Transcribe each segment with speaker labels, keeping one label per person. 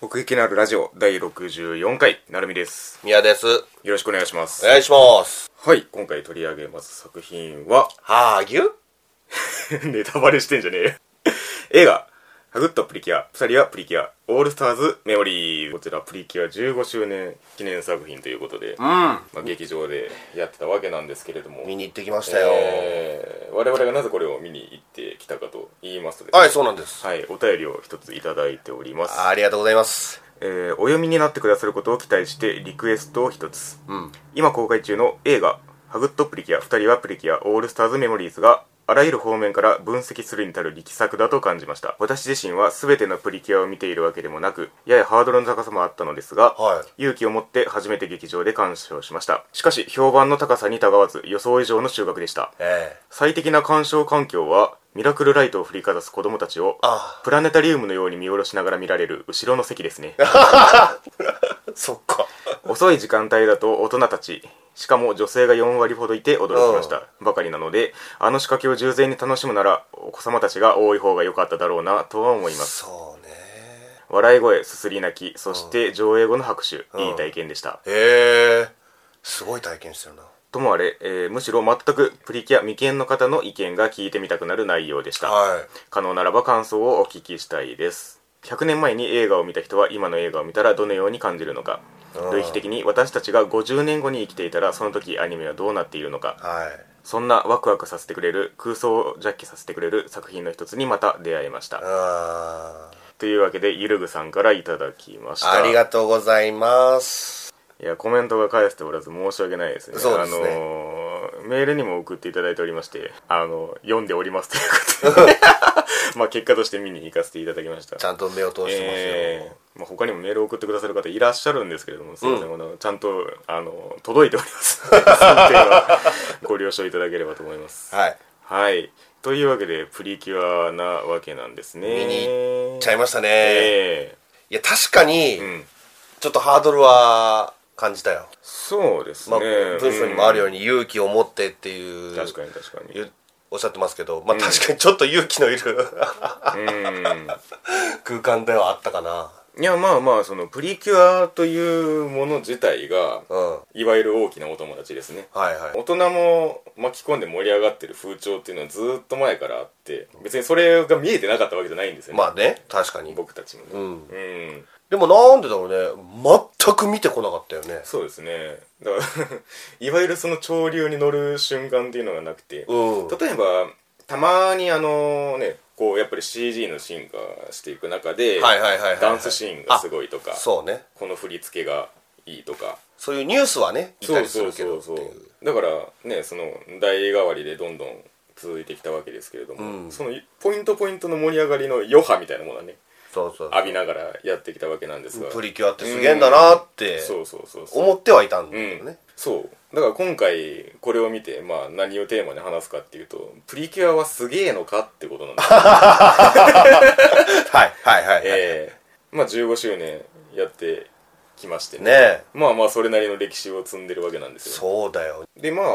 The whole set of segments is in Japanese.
Speaker 1: 北撃のあるラジオ第64回、なるみです。
Speaker 2: 宮です。
Speaker 1: よろしくお願いしま
Speaker 2: お
Speaker 1: す。
Speaker 2: 願いします。
Speaker 1: はい、今回取り上げます作品は、
Speaker 2: はーぎゅ
Speaker 1: ネタバレしてんじゃねえよ。 映画、ハグッとプリキュア、プサリはプリキュア、オールスターズメモリー。こちらプリキュア15周年記念作品ということで、ま
Speaker 2: ん。
Speaker 1: あ、劇場でやってたわけなんですけれども、
Speaker 2: 見に行ってきましたよ。
Speaker 1: えー我々がなぜこれを見に行ってきたかと言いますとですね
Speaker 2: はい、そうなんです。
Speaker 1: はい、お便りを一ついただいております。
Speaker 2: ありがとうございます。
Speaker 1: えーお読みになってくださることを期待してリクエストを一つ、今公開中の映画「ハグッとプリキュア2人はプリキュアオールスターズメモリーズ」があらゆる方面から分析するに足る力作だと感じました私自身は全てのプリキュアを見ているわけでもなくややハードルの高さもあったのですが、
Speaker 2: は
Speaker 1: 勇気を持って初めて劇場で鑑賞しましたしかし評判の高さにたがわず予想以上の収穫でした
Speaker 2: ええ
Speaker 1: 最適な鑑賞環境はミラクルライトを振りかざす子供たちを
Speaker 2: あ
Speaker 1: プラネタリウムのように見下ろしながら見られる後ろの席ですね
Speaker 2: あ、 そっか。
Speaker 1: 遅い時間帯だと大人たちしかも女性が4割ほどいて驚きましたばかりなのであの仕掛けを従前に楽しむならお子様たちが多い方が良かっただろうなとは思います
Speaker 2: そうね。
Speaker 1: 笑い声すすり泣きそして上映後の拍手
Speaker 2: ん
Speaker 1: いい体験でした
Speaker 2: へえ。すごい体験してるな。
Speaker 1: ともあれ、えーむしろ全くプリキュア未見の方の意見が聞いてみたくなる内容でした
Speaker 2: はい。
Speaker 1: 可能ならば感想をお聞きしたいです100年前に映画を見た人は今の映画を見たらどのように感じるのか
Speaker 2: うん
Speaker 1: 類比的に私たちが50年後に生きていたらその時アニメはどうなっているのか
Speaker 2: はい。
Speaker 1: そんなワクワクさせてくれる空想をジャッキさせてくれる作品の一つにまた出会いました
Speaker 2: あ
Speaker 1: というわけでゆるぐさんからいただきまし
Speaker 2: あ。
Speaker 1: た
Speaker 2: ありがとうございます。
Speaker 1: いやコメントが返せておらず申し訳ないですね
Speaker 2: そうですね
Speaker 1: あのーメールにも送っていただいておりましてあの読んでおりますという ことでまあ結果として見に行かせていただきました
Speaker 2: ちゃんと目を通してますよ。
Speaker 1: えーまあ、他にもメールを送ってくださる方いらっしゃるんですけれどもすいません、あのちゃんとあの届いております その点はご了承いただければと思います
Speaker 2: はい。
Speaker 1: はいというわけでプリキュアなわけなんですね
Speaker 2: 見に行っちゃいましたね。
Speaker 1: え
Speaker 2: いや、確かに
Speaker 1: え、うん
Speaker 2: ちょっとハードルは感じたよ。
Speaker 1: そうですね、
Speaker 2: まあ、文章にもあるよ
Speaker 1: う
Speaker 2: うに勇気を持ってっていう、
Speaker 1: ん確かに確かに
Speaker 2: 言うおっしゃってますけど、まあ、確かにちょっと勇気のいる
Speaker 1: う
Speaker 2: 空間ではあったかな。
Speaker 1: んいやまあまあそのプリキュアというもの自体が
Speaker 2: うん。はい
Speaker 1: わゆる大きなお友達ですね
Speaker 2: はい。
Speaker 1: 大人も巻き込んで盛り上がってる風潮っていうのはずーっと前からあって別にそれが見えてなかったわけじゃないんですよね、
Speaker 2: まあね、確かに。
Speaker 1: 僕たちもね
Speaker 2: う
Speaker 1: うん、
Speaker 2: ん。でもなんでだろうね、全く見てこなかったよね。
Speaker 1: そうですねだから いわゆるその潮流に乗る瞬間っていうのがなくて、
Speaker 2: うん。
Speaker 1: 例えばたまにあのねこうやっぱり CG の進化していく中で、
Speaker 2: はいはいはいはい。
Speaker 1: ダンスシーンがす
Speaker 2: い。
Speaker 1: ごいとか
Speaker 2: そうね。
Speaker 1: この振り付けがいいとか
Speaker 2: そういうニュースはね、いたりするけどって
Speaker 1: そそ
Speaker 2: いうう。
Speaker 1: うそうそうだからねその代替わりでどんどん続いてきたわけですけれども、
Speaker 2: うん
Speaker 1: そのポイントポイントの盛り上がりの余波みたいなものはね
Speaker 2: そうそう
Speaker 1: 浴びながらやってきたわけなんですが
Speaker 2: プリキュアってすげえんだなって、
Speaker 1: そうそうそうそう
Speaker 2: 思ってはいたんだ
Speaker 1: う
Speaker 2: けど
Speaker 1: ん
Speaker 2: ね。、
Speaker 1: そうだから今回これを見て、まあ、何をテーマに話すかっていうとプリキュアはすげえのかってことなんですよ、
Speaker 2: はいはいはいはい。
Speaker 1: ええまあ、15周年やってきましてね
Speaker 2: ねえ。
Speaker 1: まあまあそれなりの歴史を積んでるわけなんですよ
Speaker 2: そうだよ。
Speaker 1: でまあ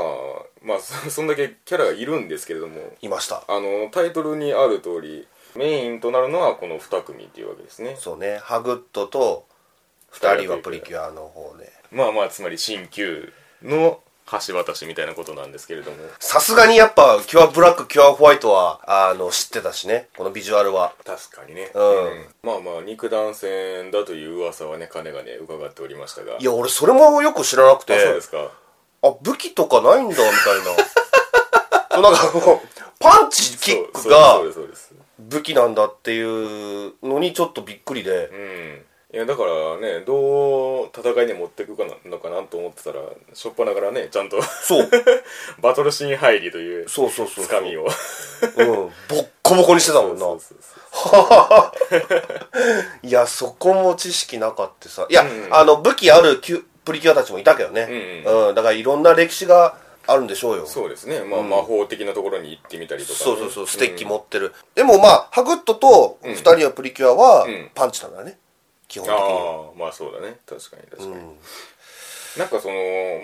Speaker 1: まあそ そんだけキャラがいるんですけれども
Speaker 2: いました。
Speaker 1: あのタイトルにある通りメインとなるのはこの2組っていうわけですね
Speaker 2: そうね、ハグッドと2人はプリキュアの方で。
Speaker 1: まあまあつまり新旧の橋渡しみたいなことなんですけれども
Speaker 2: さすがにやっぱ、キュアブラック、キュアホワイトは、あの、知ってたしね、このビジュアルは。
Speaker 1: 確かにね
Speaker 2: うん
Speaker 1: まあまあ肉弾戦だという噂はね金がね伺っておりましたが
Speaker 2: いや、俺それもよく知らなくて、
Speaker 1: あそうですか
Speaker 2: あ武器とかないん だ、みたいな。そうなんかもう、パンチ、キックが
Speaker 1: そうそうですそうです
Speaker 2: 武器なんだっていうのにちょっとびっくりで、
Speaker 1: うんいやだからねどう戦いに持っていくかなのかなと思ってたらしょっぱなからねちゃんと
Speaker 2: そう、
Speaker 1: バトルシーン入りという
Speaker 2: そうそうそうそう。
Speaker 1: つかみを
Speaker 2: うん、ボッコボコにしてたもんな。
Speaker 1: そうそうそうそう
Speaker 2: いや、そこも知識なかってさ。いや、
Speaker 1: うん
Speaker 2: あの、武器あるキュプリキュアたちもいたけどね。
Speaker 1: うん
Speaker 2: ん、だからいろんな歴史があるんでしょうよ。
Speaker 1: そうですね、まあ、魔法的なところに行ってみたりとかね、
Speaker 2: そうそうそう、ステッキ
Speaker 1: ん
Speaker 2: 持ってる。でもまあ、ハグッドと二人はプリキュアは
Speaker 1: ん
Speaker 2: パンチなんだね。基本的には。
Speaker 1: ああまあそうだね確かに確かに、
Speaker 2: ん
Speaker 1: なんかその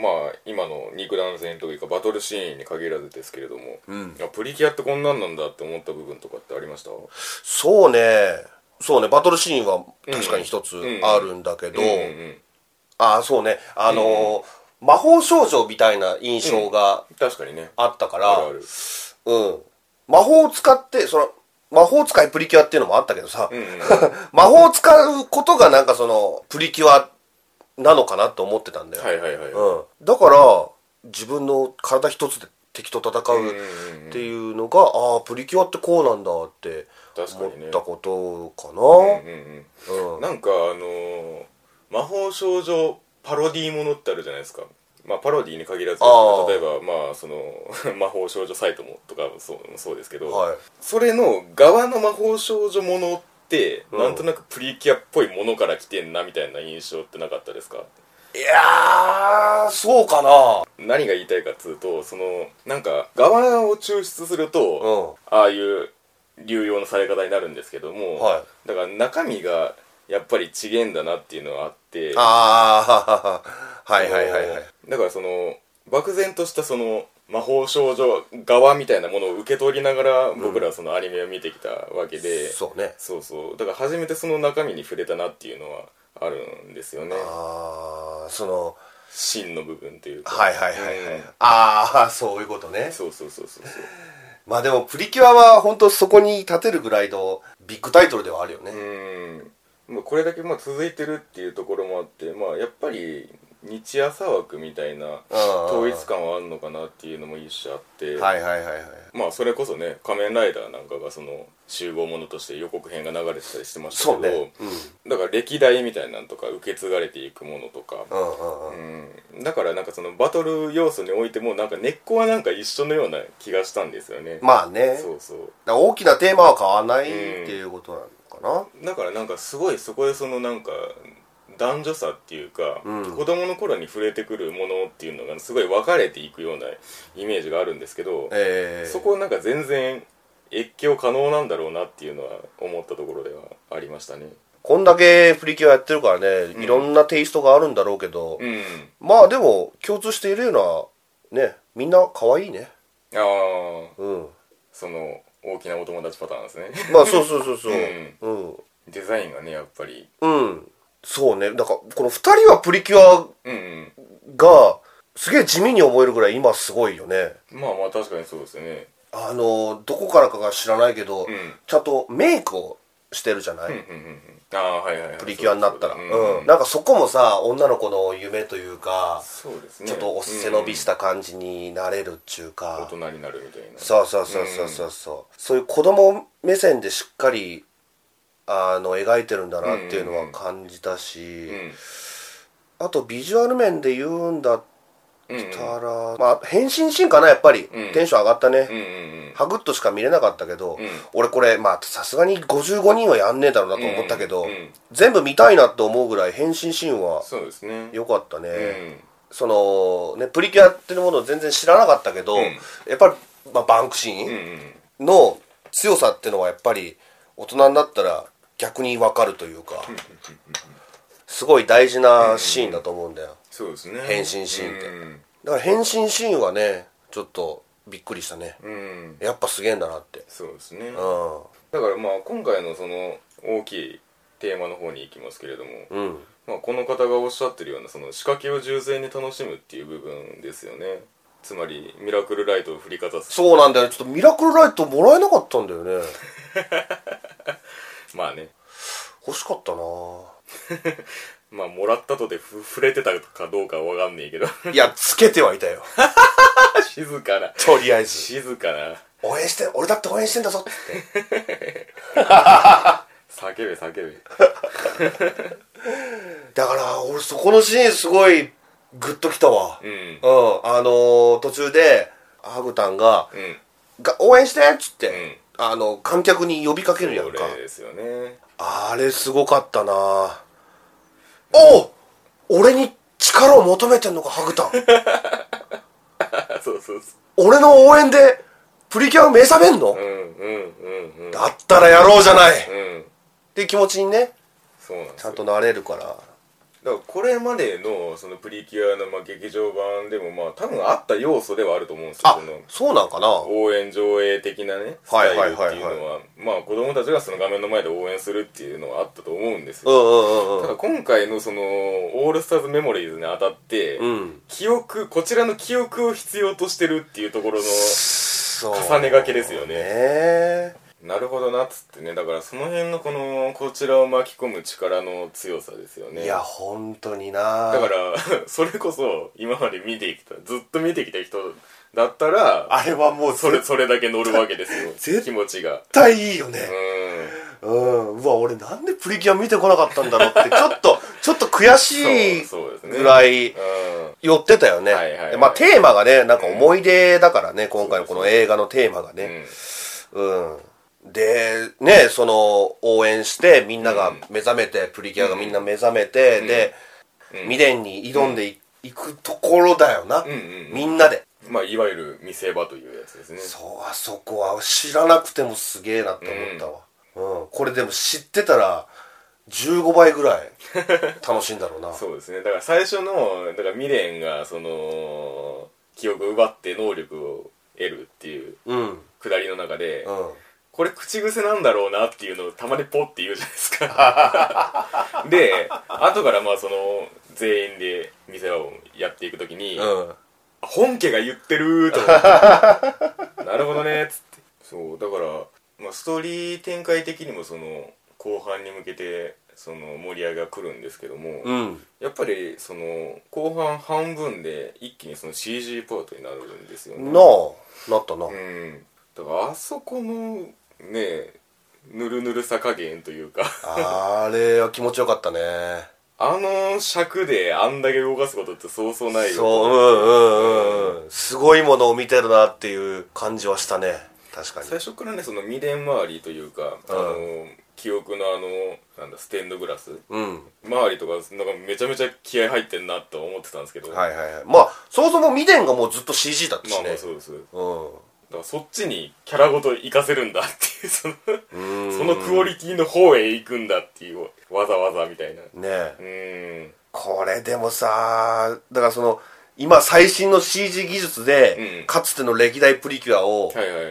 Speaker 1: まあ今の肉弾戦というかバトルシーンに限らずですけれども、
Speaker 2: ん
Speaker 1: あプリキュアってこんなんなんだって思った部分とかってありました
Speaker 2: そうね。そうね、バトルシーンは確かに一つあるんだけど、
Speaker 1: うん
Speaker 2: ああ、そうね、あのー魔法少女みたいな印象が
Speaker 1: 確かにね
Speaker 2: あったから、
Speaker 1: あるある
Speaker 2: うん。魔法を使って、その、魔法使いプリキュアっていうのもあったけどさ、
Speaker 1: んうん
Speaker 2: 魔法を使うことがなんかその、プリキュアなのかなって思ってたんだよ。
Speaker 1: はいはいはい、
Speaker 2: うん。だから、自分の体一つで敵と戦
Speaker 1: うんうん
Speaker 2: う
Speaker 1: うん
Speaker 2: っていうのが、ああ、プリキュアってこうなんだって
Speaker 1: 確か
Speaker 2: 思っ
Speaker 1: にね
Speaker 2: たことか
Speaker 1: うん
Speaker 2: な。
Speaker 1: うん
Speaker 2: うん
Speaker 1: うん、なんかあのー魔法少女パロディーものってあるじゃないですかまあパロディーに限らず
Speaker 2: あー
Speaker 1: 例えばまあその 魔法少女サイトもとかもそうそうですけど、
Speaker 2: はい。
Speaker 1: それの側の魔法少女ものって、
Speaker 2: うん
Speaker 1: なんとなくプリキュアっぽいものから来てんなみたいな印象ってなかったですか
Speaker 2: いやー、そうかな。
Speaker 1: 何が言いたいかっつうとそのなんか側を抽出すると、
Speaker 2: うん。
Speaker 1: ああいう流用のされ方になるんですけども、
Speaker 2: は
Speaker 1: だから中身がやっぱり違えんだなっていうのはあって
Speaker 2: ああ、はいはいはいはい。
Speaker 1: だからその漠然としたその魔法少女側みたいなものを受け取りながら僕らはそのアニメを見てきたわけで、
Speaker 2: そうね。
Speaker 1: そうそうだから初めてその中身に触れたなっていうのはあるんですよね
Speaker 2: ああ、その、
Speaker 1: 真の部分っていうか
Speaker 2: はいはいはいはい。
Speaker 1: うん
Speaker 2: ああ、そういうことね。
Speaker 1: そうそうそうそうそ
Speaker 2: まあでも、プリキュアは本当そこに立てるぐらいのビッグタイトルではあるよね。
Speaker 1: ううんまあこれだけまあ続いてるっていうところもあってまあやっぱり日朝枠みたいな
Speaker 2: あー
Speaker 1: 統一感はあるのかなっていうのも一緒あって、
Speaker 2: はいはいはいはい。
Speaker 1: まあそれこそね「仮面ライダー」なんかがその集合ものとして予告編が流れてたりしてましたけ
Speaker 2: そ
Speaker 1: ど
Speaker 2: うね。うん。
Speaker 1: だから歴代みたいなのとか受け継がれていくものとか、
Speaker 2: うんうんうん。
Speaker 1: うんだからなんかそのバトル要素においてもなんか根っこはなんか一緒のような気がしたんですよね、
Speaker 2: まあね。だ
Speaker 1: そ
Speaker 2: か
Speaker 1: うそう
Speaker 2: ら大きなテーマは変わらないっていうことなのかな。
Speaker 1: だからなんかすごいそこでそのなんか男女差っていうか、
Speaker 2: うん
Speaker 1: 子供の頃に触れてくるものっていうのがすごい分かれていくようなイメージがあるんですけど、
Speaker 2: ええ
Speaker 1: そこなんか全然越境可能なんだろうなっていうのは思ったところではありましたね
Speaker 2: こんだけプリキュアやってるからね、いろんなテイストがあるんだろうけど、
Speaker 1: うん
Speaker 2: まあでも共通しているようなねみんな可愛いね
Speaker 1: ああ
Speaker 2: うん
Speaker 1: その大きなお友達パターンですね
Speaker 2: まあそうそうそうそう
Speaker 1: う
Speaker 2: うん
Speaker 1: デザインがねやっぱり
Speaker 2: うん、そうねだからこの2人はプリキュア
Speaker 1: うんうん
Speaker 2: がすげえ地味に思えるぐらい今すごいよね
Speaker 1: まあまあ確かにそうですよね
Speaker 2: あのどこからかが知らないけど、
Speaker 1: ん
Speaker 2: ちゃんとメイクをしてるじゃない、
Speaker 1: うんうんうんああはいはいはい
Speaker 2: プリキュアになったら、
Speaker 1: そううんそううん
Speaker 2: なんかそこもさ女の子の夢というか
Speaker 1: そうですね
Speaker 2: ちょっとお背伸びした感じになれるっちゅうか、
Speaker 1: うん大人になるみたいな
Speaker 2: そうそうそうそうそうそう、そういう子供目線でしっかりあの描いてるんだなっていうのは感じたし、
Speaker 1: うん
Speaker 2: あとビジュアル面で言うんだっ
Speaker 1: うんうん
Speaker 2: たら、まあ変身シーンかなやっぱり、
Speaker 1: うん
Speaker 2: テンション上がったね、
Speaker 1: うんうん
Speaker 2: ハグッとしか見れなかったけ
Speaker 1: う
Speaker 2: ど、
Speaker 1: ん
Speaker 2: 俺これまあさすがに55人はやんねえだろうなと思ったけど、
Speaker 1: うんうん
Speaker 2: 全部見たいなと思うぐらい変身シーンは
Speaker 1: そうですね
Speaker 2: 良かったね、
Speaker 1: うん
Speaker 2: そのねプリキュアっていうものを全然知らなかったけど、
Speaker 1: ん
Speaker 2: やっぱり、まあ、バンクシーン、
Speaker 1: うんうん
Speaker 2: の強さってのはやっぱり大人になったら逆に分かるというかすごい大事なシーンだと思うんだよ
Speaker 1: そうですね
Speaker 2: 変身シーンって
Speaker 1: うん
Speaker 2: だから変身シーンはねちょっとびっくりしたね
Speaker 1: うん
Speaker 2: やっぱすげえんだなって
Speaker 1: そうですね
Speaker 2: うん
Speaker 1: だからまあ今回のその大きいテーマの方に行きますけれども、
Speaker 2: うん
Speaker 1: まあ、この方がおっしゃってるようなその仕掛けを従前に楽しむっていう部分ですよねつまりミラクルライトを振りかざす
Speaker 2: そうなんだよちょっとミラクルライトもらえなかったんだよね
Speaker 1: まあね
Speaker 2: 欲しかったな
Speaker 1: まあもらったとでふ触れてたかどうかはわかんねえけど
Speaker 2: いやつけてはいたよ
Speaker 1: 静かな
Speaker 2: とりあ えず
Speaker 1: 静かな
Speaker 2: 応援して俺だって応援してんだぞって
Speaker 1: 叫べ叫べ
Speaker 2: だから俺そこのシーンすごいグッときたわ
Speaker 1: うん
Speaker 2: うん、あのー途中でハグタンが
Speaker 1: うん
Speaker 2: が応援してっつって、
Speaker 1: うん
Speaker 2: あの観客に呼びかけるや
Speaker 1: こ
Speaker 2: んか
Speaker 1: れですよね
Speaker 2: あれすごかったなおう俺に力を求めてんのかハグ タン
Speaker 1: あそうそうそ
Speaker 2: 俺の応援でプリキュア目覚めんの、
Speaker 1: ううんうんうんうん
Speaker 2: だったらやろうじゃない、っ
Speaker 1: うん
Speaker 2: ていう気持ちにね
Speaker 1: そうなんです
Speaker 2: ちゃ
Speaker 1: よ
Speaker 2: んとなれるから
Speaker 1: だからこれまでのそのプリキュアのまあ劇場版でもまあ多分あった要素ではあると思うんですよ
Speaker 2: あ
Speaker 1: その
Speaker 2: そうなんかな
Speaker 1: 応援上映的なねスタイルっていうのはまあ子供たちがその画面の前で応援するっていうのはあったと思うんです
Speaker 2: う
Speaker 1: よ
Speaker 2: んうんうんう
Speaker 1: ただ
Speaker 2: ん
Speaker 1: 今回のそのオールスターズメモリーズに当たって、
Speaker 2: うん
Speaker 1: 記憶こちらの記憶を必要としてるっていうところの
Speaker 2: そう
Speaker 1: 重ねがけですよね
Speaker 2: ね
Speaker 1: なるほどなっつってねだからその辺のこのこちらを巻き込む力の強さですよね
Speaker 2: いや本当にな
Speaker 1: だから それこそ今まで見てきたずっと見てきた人だったら
Speaker 2: あれはもう
Speaker 1: そ
Speaker 2: それ
Speaker 1: れ
Speaker 2: 絶
Speaker 1: それだけ乗るわけですよ
Speaker 2: 絶
Speaker 1: 気持ちが
Speaker 2: 対いいよ
Speaker 1: う
Speaker 2: ね
Speaker 1: ん
Speaker 2: うん、うわ俺なんでプリキュア見てこなかったんだろうってちょっと ちょっと悔しい
Speaker 1: そうそうですね
Speaker 2: ぐらい
Speaker 1: うん
Speaker 2: 寄ってたよね、
Speaker 1: はいはいはい
Speaker 2: まあテーマがねなんか思い出だからね、今回のこの映画のテーマが
Speaker 1: う
Speaker 2: ね
Speaker 1: ん
Speaker 2: うん、でねその応援してみんなが目覚めて、プリキュアがみんな目覚めて、
Speaker 1: ん
Speaker 2: で、
Speaker 1: うん
Speaker 2: 未練に挑んでい,、くところだよな、
Speaker 1: んうん
Speaker 2: みんなで
Speaker 1: まあいわゆる見せ場というやつですね
Speaker 2: そうあそこは知らなくてもすげえなって思ったわ、うんこれでも知ってたら15倍ぐ らい楽しいんだろうな
Speaker 1: そうですねだから最初のだから未練がその記憶を奪って能力を得るっていう
Speaker 2: うんうん
Speaker 1: くだりの中で、これ口癖なんだろうなっていうのをたまにポッて言うじゃないです かで後からまあその全員で店をやっていくときに、
Speaker 2: うん
Speaker 1: 本家が言ってるーと思ってなるほどねーっつってそうだから、まあ、ストーリー展開的にもその後半に向けてその盛り上げが来るんですけども、
Speaker 2: うん
Speaker 1: やっぱりその後半半分で一気にその CG パートになるんですよね
Speaker 2: なあなったな、
Speaker 1: うんだからあそこのねぬるぬるさ加減というか
Speaker 2: あれは気持ちよかったね
Speaker 1: あの尺であんだけ動かすことってそうそうないよ
Speaker 2: そううんうんうんうんすごいものを見てるなっていう感じはしたね確かに
Speaker 1: 最初からねその未練周りというか、あの記憶のあのなんだステンドグラス
Speaker 2: うん
Speaker 1: 周りとかなんかめちゃめちゃ気合入ってんなと思ってたんですけど、
Speaker 2: はいはいはいまあそもそも未練がもうずっと CG だったし
Speaker 1: まあま
Speaker 2: ね
Speaker 1: あ、そうですだか
Speaker 2: うん
Speaker 1: らそっちにキャラごと活かせるんだっていうその
Speaker 2: うん
Speaker 1: そのクオリティの方へ行くんだっていうわざわざみたいな
Speaker 2: ねえ
Speaker 1: うん
Speaker 2: これでもさだからその今最新の CG 技術で、
Speaker 1: うん
Speaker 2: かつての歴代プリキュアを、
Speaker 1: はいはいはい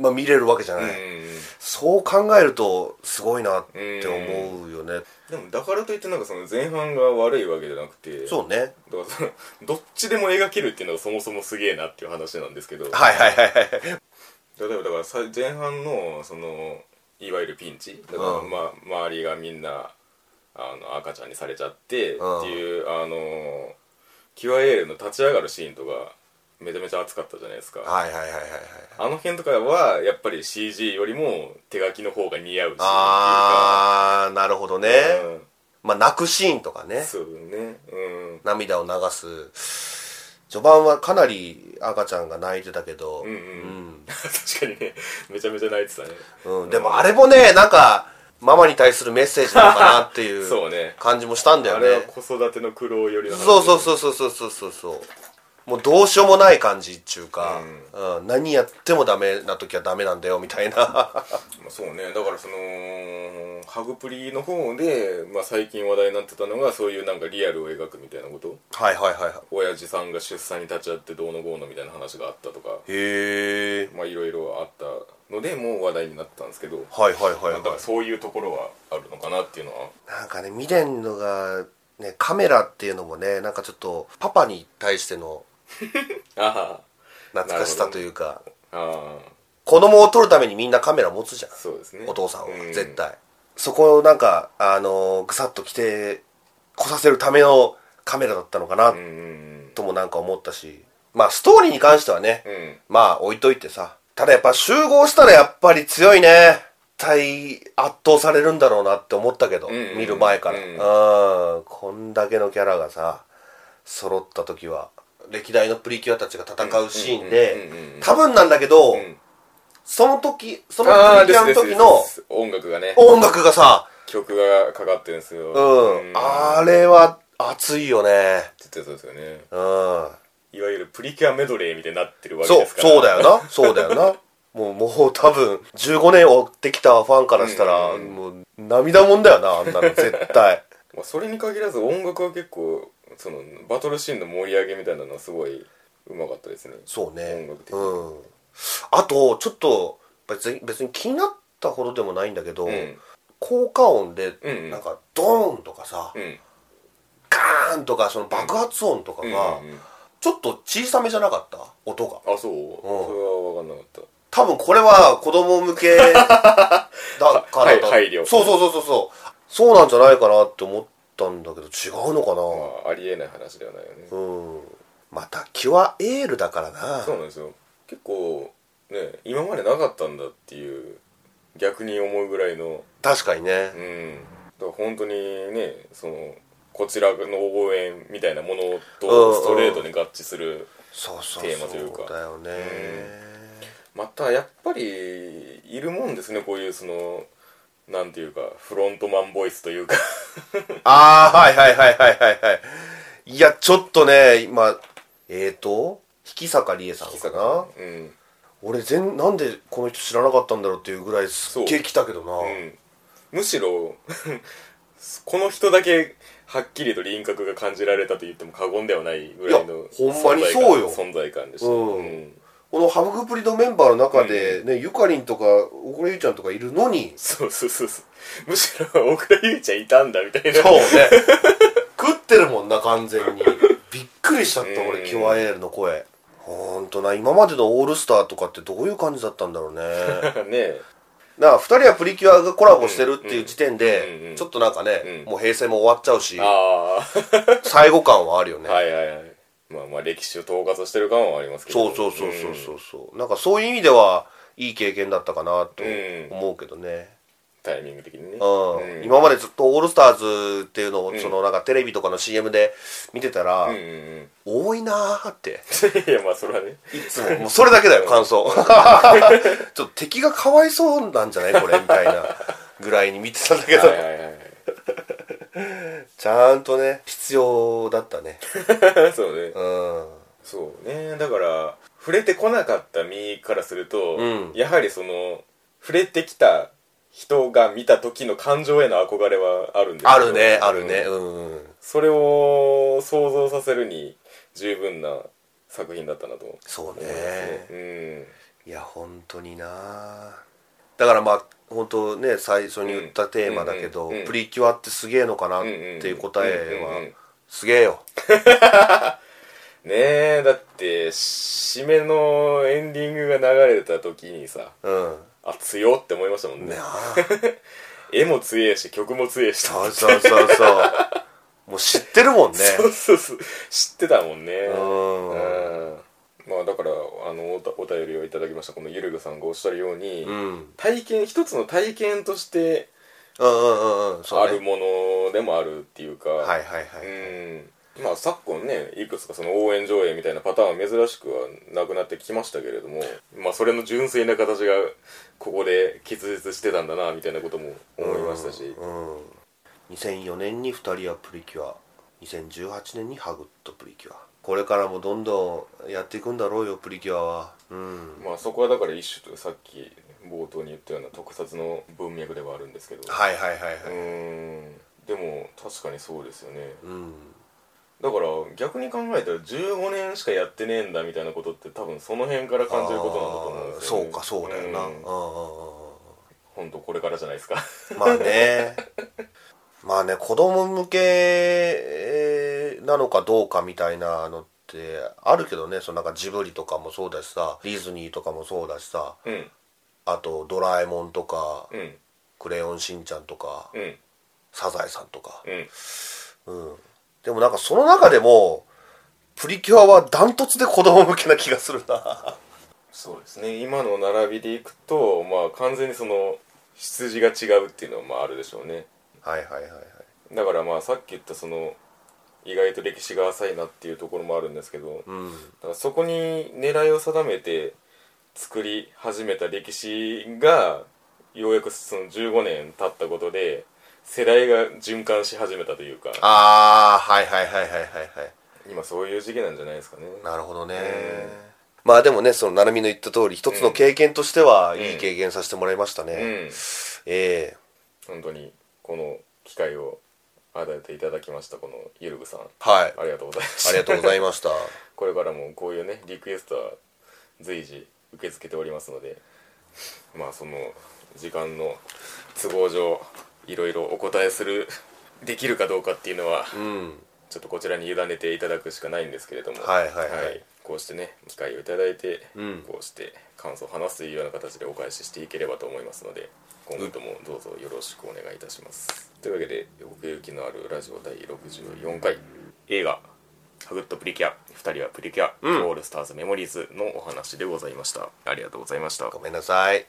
Speaker 2: まあ、見れるわけじゃない、
Speaker 1: うん
Speaker 2: そう考えるとすごいなって思うよね、
Speaker 1: でもだからといってなんかその前半が悪いわけじゃなくて
Speaker 2: そうね
Speaker 1: だからそのどっちでも描けるっていうのがそもそもすげえなっていう話なんですけど例え
Speaker 2: はいはいはいはい
Speaker 1: ばだからさ前半のそのいわゆるピンチだから、
Speaker 2: うん
Speaker 1: まあ、周りがみんなあの赤ちゃんにされちゃってって
Speaker 2: うん
Speaker 1: いう、あのキュアエールの立ち上がるシーンとかめちゃめちゃ熱かったじゃないですか
Speaker 2: はいはいはいはいはい
Speaker 1: あの辺とかはやっぱり CG よりも手書きの方が似合うシーンっていうか
Speaker 2: あーなるほどね、
Speaker 1: うん
Speaker 2: まあ泣くシーンとかね
Speaker 1: そうねうん
Speaker 2: 涙を流す序盤はかなり赤ちゃんが泣いてたけど、
Speaker 1: うんうん、確かにねめちゃめちゃ泣いてたね
Speaker 2: うん、でもあれもねなんかママに対するメッセージなのかなっていう
Speaker 1: そうね
Speaker 2: 感じもしたんだよ
Speaker 1: あれは
Speaker 2: ね
Speaker 1: 子育ての苦労よりの話
Speaker 2: そうそうそうそうそうそうそうもうどうしようもない感じっちゅうか、うん何やってもダメな時はダメなんだよみた いな
Speaker 1: まあそうねだからそのハグプリの方で、まあ、最近話題になってたのがそういうなんかリアルを描くみたいなこと
Speaker 2: はいはいはいは
Speaker 1: 親父さんが出産に立ち会ってどうのこうのみたいな話があったとか
Speaker 2: いへえ
Speaker 1: まあいろいろあったのでもう話題になったんですけど、
Speaker 2: はいはいはい
Speaker 1: まあだか
Speaker 2: は
Speaker 1: らそういうところはあるのかなっていうのはい
Speaker 2: なんかね未練のがねカメラっていうのもねなんかちょっとパパに対しての
Speaker 1: あ
Speaker 2: 懐かしさというか、
Speaker 1: ああ
Speaker 2: 子供を撮るためにみんなカメラ持つじゃん
Speaker 1: あそうですね
Speaker 2: お父さんは
Speaker 1: う
Speaker 2: 絶対、そこをなんかあのーぐさっと来て来させるためのカメラだったのかな
Speaker 1: うんうん
Speaker 2: ともなんか思ったしまあストーリーに関してはね、
Speaker 1: うんうん
Speaker 2: まあ置いといてさただやっぱ集合したらやっぱり強いね対圧倒されるんだろうなって思ったけど、
Speaker 1: んうん
Speaker 2: 見る前から、うん、こんだけのキャラがさ揃った時は歴代のプリキュアたちが戦うシーンで
Speaker 1: うんうんうんうん
Speaker 2: 多分なんだけど、
Speaker 1: ん
Speaker 2: その時その
Speaker 1: ああ
Speaker 2: プリキュアの時の
Speaker 1: ですですです音楽がね
Speaker 2: 音楽がさ、
Speaker 1: 曲がかかってるんですよ
Speaker 2: うん、
Speaker 1: あ
Speaker 2: あれは熱いよね。
Speaker 1: ってそうですよね
Speaker 2: うん。
Speaker 1: いわゆるプリキュアメドレーみたいになってるわけ
Speaker 2: そ
Speaker 1: で
Speaker 2: う、
Speaker 1: すから
Speaker 2: そうだよな。そうだよな。もう、もう多分、15年追ってきたファンからしたら、
Speaker 1: うん
Speaker 2: もう、涙もんだよな、あんなの、絶対。
Speaker 1: まあ、それに限らず音楽は結構そのバトルシーンの盛り上げみたいなのはすごいうまかったですね
Speaker 2: そうね
Speaker 1: 音楽的に
Speaker 2: うんあとちょっと別に別に気になったほどでもないんだけど、
Speaker 1: うん
Speaker 2: 効果音で
Speaker 1: うんうん
Speaker 2: なんかドーンとかさ、
Speaker 1: うん
Speaker 2: ガーンとかその爆発音とかが
Speaker 1: うんうんうん
Speaker 2: ちょっと小さめじゃなかった音が
Speaker 1: あそう、それは分かんなかった
Speaker 2: 多分これは子供 向けだからだ
Speaker 1: はい配慮
Speaker 2: そうそうそうそうそうそうなんじゃないかなって思ったんだけど違うのかな
Speaker 1: まあ、ありえない話ではないよね、
Speaker 2: うんまたキュアエールだからな
Speaker 1: そうなんですよ結構ね今までなかったんだっていう逆に思うぐらいの
Speaker 2: 確かにね
Speaker 1: うんだから本当にねそのこちらの応援みたいなもの
Speaker 2: うんうん
Speaker 1: とストレートに合致する
Speaker 2: そうそうそう
Speaker 1: テーマというか
Speaker 2: だよね
Speaker 1: またやっぱりいるもんですねこういうそのなんていうかフロントマンボイスというか
Speaker 2: ああはいはいはいはいはいはいいやちょっとね今えーと引坂理恵さんかな
Speaker 1: うん、
Speaker 2: 俺全なんでこの人知らなかったんだろうっていうぐらいすっげえ来たけどな、
Speaker 1: うん、むしろ この人だけはっきりと輪郭が感じられたと言っても過言ではないぐらいの
Speaker 2: いやほんまにそうよ
Speaker 1: 存在感でした、
Speaker 2: うんこのハブグプリのメンバーの中で、ねゆかりんとかおこれゆうちゃんとかいるのに
Speaker 1: そうそうそうそうむしろ小倉優ちゃんいたんだみたいな
Speaker 2: そうね 食ってるもんな完全にびっくりしちゃった
Speaker 1: うん
Speaker 2: 俺キュアエールの声ほんとな今までのオールスターとかってどういう感じだったんだろうね
Speaker 1: ね
Speaker 2: なあ2人はプリキュアがコラボしてるっていう時点
Speaker 1: うんうんう
Speaker 2: で
Speaker 1: ん
Speaker 2: ちょっとなんかね、
Speaker 1: うん
Speaker 2: もう平成も終わっちゃうし
Speaker 1: あ
Speaker 2: 最後感はあるよね、
Speaker 1: あはいはいはいまあまあ歴史を統括してる感はありますけ
Speaker 2: そ
Speaker 1: ど
Speaker 2: うそうそうそうそうそうなんかそういう意味ではいい経験だったかなと
Speaker 1: うん
Speaker 2: 思うけどね、
Speaker 1: タイミング的にね
Speaker 2: うん
Speaker 1: うん
Speaker 2: 今までずっと「オールスターズ」っていうのを、そのなんかテレビとかの CM で見てたら、
Speaker 1: うんうん
Speaker 2: 多いなーって
Speaker 1: うんいやまあそれはね
Speaker 2: いつももうそれだけだよ 感想ちょっと敵がかわいそうなんじゃないこれみたいなぐらいに見てたんだけど、
Speaker 1: はいはいはい
Speaker 2: ちゃんとね必要だったね
Speaker 1: はい そうね
Speaker 2: うん
Speaker 1: そうねだから触れてこなかった身からすると、
Speaker 2: うん
Speaker 1: やはりその触れてきた人が見た時の感情への憧れはあるんですよ
Speaker 2: あるねあるね
Speaker 1: うん
Speaker 2: うん、うん、
Speaker 1: それを想像させるに十分な作品だったなと思う
Speaker 2: そう
Speaker 1: 思います
Speaker 2: ね
Speaker 1: ね
Speaker 2: いや本当になだからまあ本当ね最初に言ったテーマだけ
Speaker 1: う
Speaker 2: ど、
Speaker 1: んうんうん
Speaker 2: プリキュアってすげえのかなっ
Speaker 1: う
Speaker 2: て
Speaker 1: んうんうん
Speaker 2: いう答えは、
Speaker 1: うんうんうん
Speaker 2: すげえよ
Speaker 1: ねえだって締めのエンディングが流れた時にさ
Speaker 2: うん
Speaker 1: あ強って思いましたもんね
Speaker 2: なあ
Speaker 1: 絵も強えし曲も強えし
Speaker 2: そうそうそうそうもう知ってるもんね
Speaker 1: そうそうそう知ってたもんね
Speaker 2: うん
Speaker 1: うんまあだからあのおたお便りをいただきましたこのゆるぐさんがおっしゃるように、
Speaker 2: うんうん
Speaker 1: 体験一つの体験として
Speaker 2: うんうんうん
Speaker 1: あ
Speaker 2: そう
Speaker 1: る
Speaker 2: ね
Speaker 1: ものでもあるっていうか、
Speaker 2: はいはいはい
Speaker 1: うんまあ昨今ねいくつかその応援上映みたいなパターンは珍しくはなくなってきましたけれどもまあそれの純粋な形がここで結実してたんだなみたいなことも思いましたし、
Speaker 2: うん2004年に「二人はプリキュア」2018年に「ハグッとプリキュア」これからもどんどんやっていくんだろうよプリキュアはうん
Speaker 1: まあそこはだから一種とさっき冒頭に言ったような特撮の文脈ではあるんですけど
Speaker 2: はいはいはいは
Speaker 1: う
Speaker 2: い
Speaker 1: ーんでも確かにそうですよね
Speaker 2: うん
Speaker 1: だから逆に考えたら15年しかやってねえんだみたいなことって多分その辺から感じることなんだと思うんですよ、ね、
Speaker 2: そうかそうだよなうん
Speaker 1: ん
Speaker 2: うんうんうん
Speaker 1: ほんとこれからじゃないですか
Speaker 2: まあねまあね子供向けなのかどうかみたいなのってあるけどねそのなんかジブリとかもそうだしさディズニーとかもそうだしさ
Speaker 1: うん
Speaker 2: あと「ドラえもん」とか
Speaker 1: うん
Speaker 2: 「クレヨンしんちゃん」とか
Speaker 1: うん
Speaker 2: 「サザエさん」とか
Speaker 1: うん
Speaker 2: うんでもなんかその中でもプリキュアはダントツで子供向けな気がするな
Speaker 1: そうですね今の並びでいくとまあ完全にその羊が違うっていうのはまああるでしょうね
Speaker 2: はいはいはいはい
Speaker 1: だからまあさっき言ったその意外と歴史が浅いなっていうところもあるんですけど、
Speaker 2: うん
Speaker 1: だからそこに狙いを定めて作り始めた歴史がようやくその15年経ったことで世代が循環し始めたというか
Speaker 2: ああはいはいはいはいはいはい
Speaker 1: 今そういう時期なんじゃないですかね
Speaker 2: なるほどね、まあでもねその成美の言った通り一つの経験としては、いい経験させてもらいましたね、
Speaker 1: うん
Speaker 2: ええ
Speaker 1: 本当にこの機会を与えていただきましたこのゆるぐさん
Speaker 2: はい
Speaker 1: ありがとうございました
Speaker 2: ありがとうござい
Speaker 1: ま
Speaker 2: ました
Speaker 1: す これからもこういうねリクエストは随時受け付けておりますのでまあその時間の都合上いろいろお答えするできるかどうかっていうのは
Speaker 2: うん
Speaker 1: ちょっとこちらに委ねていただくしかないんですけれども
Speaker 2: はいはいはい
Speaker 1: こうしてね機会をいただいて、
Speaker 2: うん
Speaker 1: こうして感想を話すというような形でお返ししていければと思いますので今後ともどうぞよろしくお願いいたします、というわけで奥行きのあるラジオ第64回映画「ハグッとプリキュア2人はプリキュア、
Speaker 2: うん
Speaker 1: オールスターズメモリーズ」のお話でございましたありがとうございました
Speaker 2: ごめんなさい